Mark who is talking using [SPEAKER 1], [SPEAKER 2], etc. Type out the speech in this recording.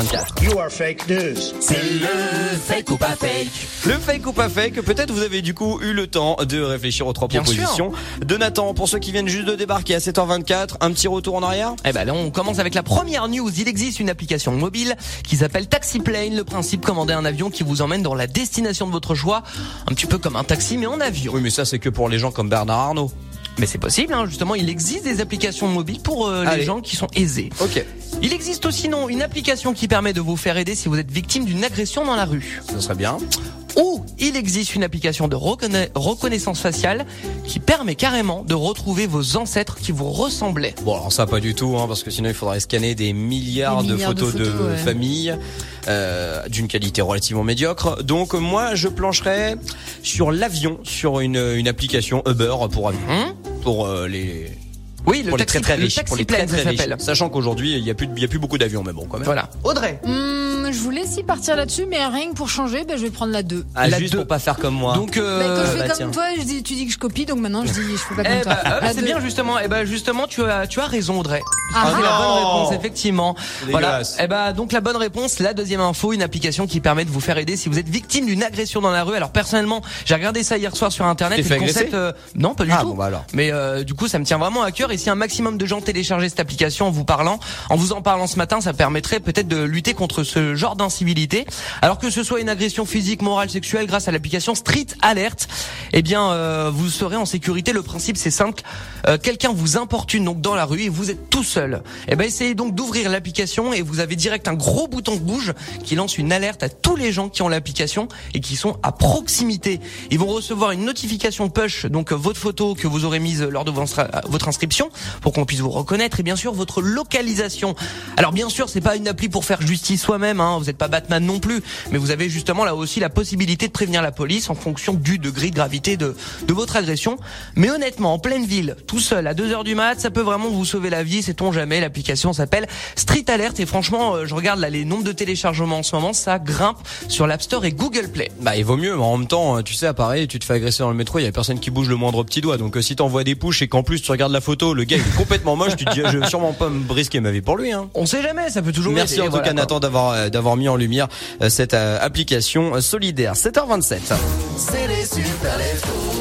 [SPEAKER 1] 24.
[SPEAKER 2] You are fake news.
[SPEAKER 1] C'est le fake ou pas fake.
[SPEAKER 3] Le fake ou pas fake, peut-être vous avez du coup eu le temps de réfléchir aux trois
[SPEAKER 1] Bien
[SPEAKER 3] propositions de Nathan. Pour ceux qui viennent juste de débarquer à 7h24, un petit retour en arrière
[SPEAKER 1] Eh ben là, on commence avec la première news. Il existe une application mobile qui s'appelle Taxiplane. Le principe, commander un avion qui vous emmène dans la destination de votre choix, un petit peu comme un taxi mais en avion.
[SPEAKER 3] Oui, mais ça c'est que pour les gens comme Bernard Arnault.
[SPEAKER 1] Mais c'est possible, hein, justement. Il existe des applications mobiles pour euh, les
[SPEAKER 3] Allez.
[SPEAKER 1] gens qui sont aisés.
[SPEAKER 3] Ok.
[SPEAKER 1] Il existe aussi non une application qui permet de vous faire aider si vous êtes victime d'une agression dans la rue.
[SPEAKER 3] Ça serait bien.
[SPEAKER 1] Ou il existe une application de reconna- reconnaissance faciale qui permet carrément de retrouver vos ancêtres qui vous ressemblaient.
[SPEAKER 3] Bon, alors ça pas du tout, hein, parce que sinon il faudrait scanner des milliards,
[SPEAKER 4] Des milliards
[SPEAKER 3] de
[SPEAKER 4] de
[SPEAKER 3] photos de,
[SPEAKER 4] photos, ouais.
[SPEAKER 3] famille euh, d'une qualité relativement médiocre. Donc moi je plancherais sur l'avion, sur une, une application Uber pour avion,
[SPEAKER 1] Hein
[SPEAKER 3] pour euh, les
[SPEAKER 1] oui, le
[SPEAKER 3] pour les
[SPEAKER 1] taxi,
[SPEAKER 3] très très
[SPEAKER 1] le
[SPEAKER 3] riches,
[SPEAKER 1] taxi
[SPEAKER 3] pour les
[SPEAKER 1] plane,
[SPEAKER 3] très
[SPEAKER 1] ça
[SPEAKER 3] très riches.
[SPEAKER 1] s'appelle. Oh,
[SPEAKER 3] Sachant qu'aujourd'hui il y a plus de- il y a plus beaucoup d'avions, mais bon quand même.
[SPEAKER 1] Voilà. Audrey,
[SPEAKER 4] Hum, je voulais si partir là-dessus, mais rien que pour changer, ben, je vais prendre la 2.
[SPEAKER 3] Ah,
[SPEAKER 1] La
[SPEAKER 3] juste
[SPEAKER 1] deux.
[SPEAKER 3] pour pas faire comme moi.
[SPEAKER 1] donc euh,
[SPEAKER 4] Ben, quand je fais
[SPEAKER 3] bah,
[SPEAKER 4] comme
[SPEAKER 3] tiens.
[SPEAKER 4] toi, je dis, tu dis que je copie, donc maintenant je dis je fais pas comme
[SPEAKER 1] eh
[SPEAKER 4] toi.
[SPEAKER 1] ben, hop,
[SPEAKER 4] La
[SPEAKER 1] c'est
[SPEAKER 4] deux.
[SPEAKER 1] bien justement. Eh ben justement, tu as tu as raison Audrey.
[SPEAKER 4] Ah,
[SPEAKER 1] C'est la
[SPEAKER 3] non.
[SPEAKER 1] bonne réponse effectivement.
[SPEAKER 3] C'est
[SPEAKER 1] Voilà.
[SPEAKER 3] dégueulasse.
[SPEAKER 1] Eh ben donc la bonne réponse, la deuxième info, une application qui permet de vous faire aider si vous êtes victime d'une agression dans la rue. Alors personnellement, j'ai regardé ça hier soir sur internet.
[SPEAKER 3] T'es
[SPEAKER 1] et
[SPEAKER 3] fait
[SPEAKER 1] le concept,
[SPEAKER 3] agresser
[SPEAKER 1] euh, non pas du
[SPEAKER 3] Ah,
[SPEAKER 1] tout.
[SPEAKER 3] bon, bah alors.
[SPEAKER 1] Mais euh, du coup, ça me tient vraiment à cœur. Et si un maximum de gens téléchargeaient cette application en vous parlant, en vous en parlant ce matin, ça permettrait peut-être de lutter contre ce genre d'incivilité. Alors que ce soit une agression physique, morale, sexuelle, grâce à l'application Street Alert, eh bien, euh, vous serez en sécurité. Le principe, c'est simple. Euh, Quelqu'un vous importune donc dans la rue et vous êtes tout seul. Eh ben, essayez donc d'ouvrir l'application et vous avez direct un gros bouton rouge qui lance une alerte à tous les gens qui ont l'application et qui sont à proximité. Ils vont recevoir une notification push, donc euh, votre photo que vous aurez mise lors de votre instra- votre inscription pour qu'on puisse vous reconnaître et bien sûr votre localisation. Alors bien sûr, c'est pas une appli pour faire justice soi-même, hein, vous n'êtes pas Batman non plus, mais vous avez justement là aussi la possibilité de prévenir la police en fonction du degré de gravité de, de votre agression. Mais honnêtement, en pleine ville, tout seul, à 2h du mat, ça peut vraiment vous sauver la vie, sait-on jamais. L'application s'appelle Street Alert et franchement, euh, je regarde là les nombres de téléchargements en ce moment, ça grimpe sur l'App Store et Google Play.
[SPEAKER 3] Bah il vaut mieux, mais en même temps, euh, tu sais, à Paris, tu te fais agresser dans le métro, il y a personne qui bouge le moindre petit doigt. Donc euh, si t'envoies des pushs et qu'en plus tu regardes la photo, le gars il est complètement moche, tu te dis, ah, je vais sûrement pas me risquer ma vie pour lui. Hein.
[SPEAKER 1] On sait jamais, ça peut toujours
[SPEAKER 3] Merci
[SPEAKER 1] aider,
[SPEAKER 3] en tout
[SPEAKER 1] voilà,
[SPEAKER 3] cas
[SPEAKER 1] quoi.
[SPEAKER 3] Nathan d'avoir euh, d'avoir mis en lumière euh, cette euh, application euh, solidaire. 7h27.
[SPEAKER 5] C'est les super leftos.